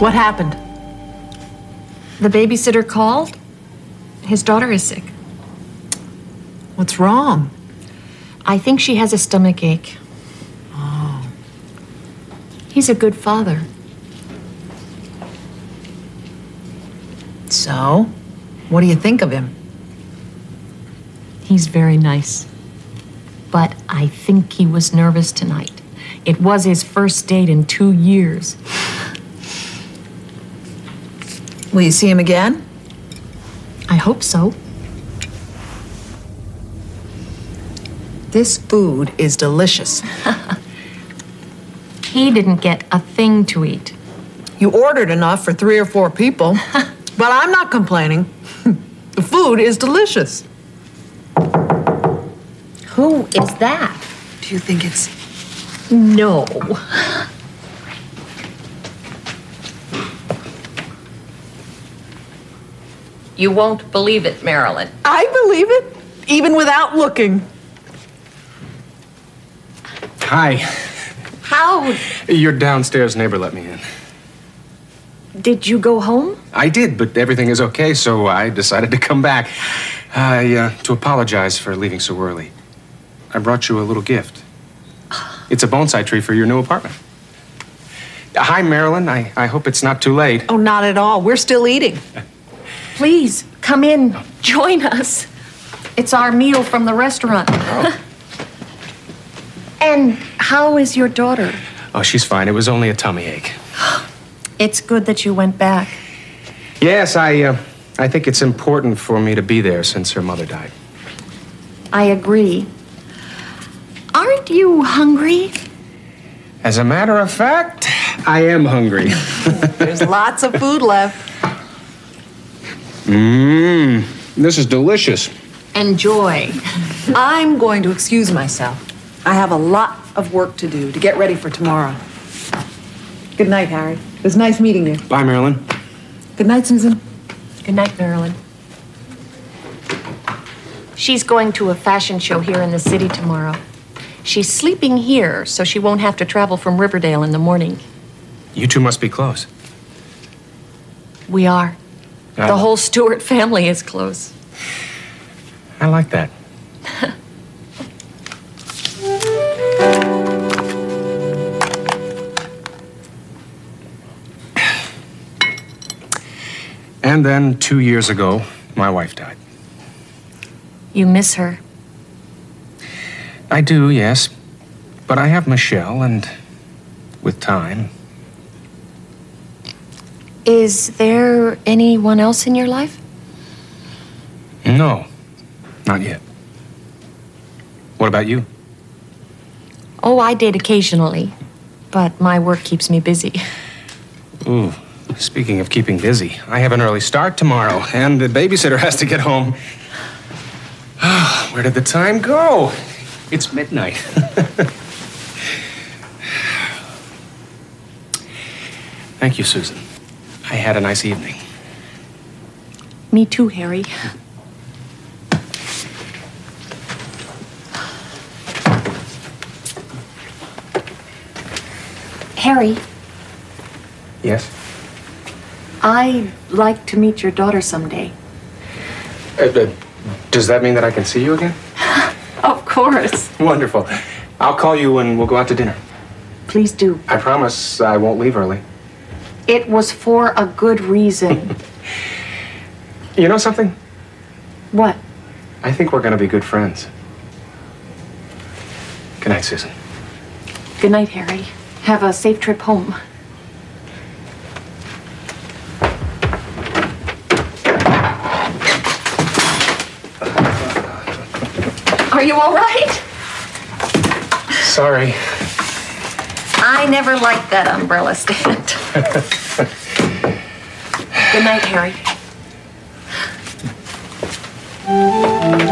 What happened? The babysitter called. His daughter is sick. What's wrong? I think she has a stomach ache. Oh. He's a good father. So, what do you think of him? He's very nice. But I think he was nervous tonight. It was his first date in two years. Will you see him again? I hope so. This food is delicious. He didn't get a thing to eat. You ordered enough for three or four people, but I'm not complaining. the food is delicious. Who is that? Do you think it's. No. You won't believe it, Marilyn. I believe it, even without looking. Hi. How Your downstairs neighbor let me in. did you go home? I did, but everything is okay, so I decided to come back. I, uh, to apologize for leaving so early. I brought you a little gift. It's a bonsai tree for your new apartment. Hi, Marilyn. I, I hope it's not too late. Oh, not at all. We're still eating. Please come in. Join us. It's our meal from the restaurant. Oh. and how is your daughter? Oh, she's fine. It was only a tummy ache. It's good that you went back. Yes, I, uh, I think it's important for me to be there since her mother died. I agree. Aren't you hungry? As a matter of fact, I am hungry. There's lots of food left. Mm. This is delicious. Enjoy. I'm going to excuse myself. I have a lot of work to do to get ready for tomorrow. Good night, Harry. It was nice meeting you. Bye, Marilyn. Good night, Susan. Good night, Marilyn. She's going to a fashion show here in the city tomorrow. She's sleeping here, so she won't have to travel from Riverdale in the morning. You two must be close. We are. Uh, The whole Stewart family is close. I like that. and then two years ago, my wife died. You miss her. I do, yes. But I have Michelle, and with time, Is there anyone else in your life? no, not yet. What about you? Oh, I date occasionally, but my work keeps me busy. Ooh, speaking of keeping busy, I have an early start tomorrow, and the babysitter has to get home. Where did the time go? It's midnight. Thank you, Susan. I had a nice evening. Me too, Harry. Harry, Yes? I'd like to meet your daughter someday. Uh, does that mean that I can see you again? Of course. Wonderful. I'll call you and we'll go out to dinner. Please do. I promise I won't leave early. It was for a good reason. You know something? what? I think we're going to be good friends. Good night, Susan. Good night, Harry. Have a safe trip home. Are you all right? Sorry. I never liked that umbrella stand. Good night, Harry.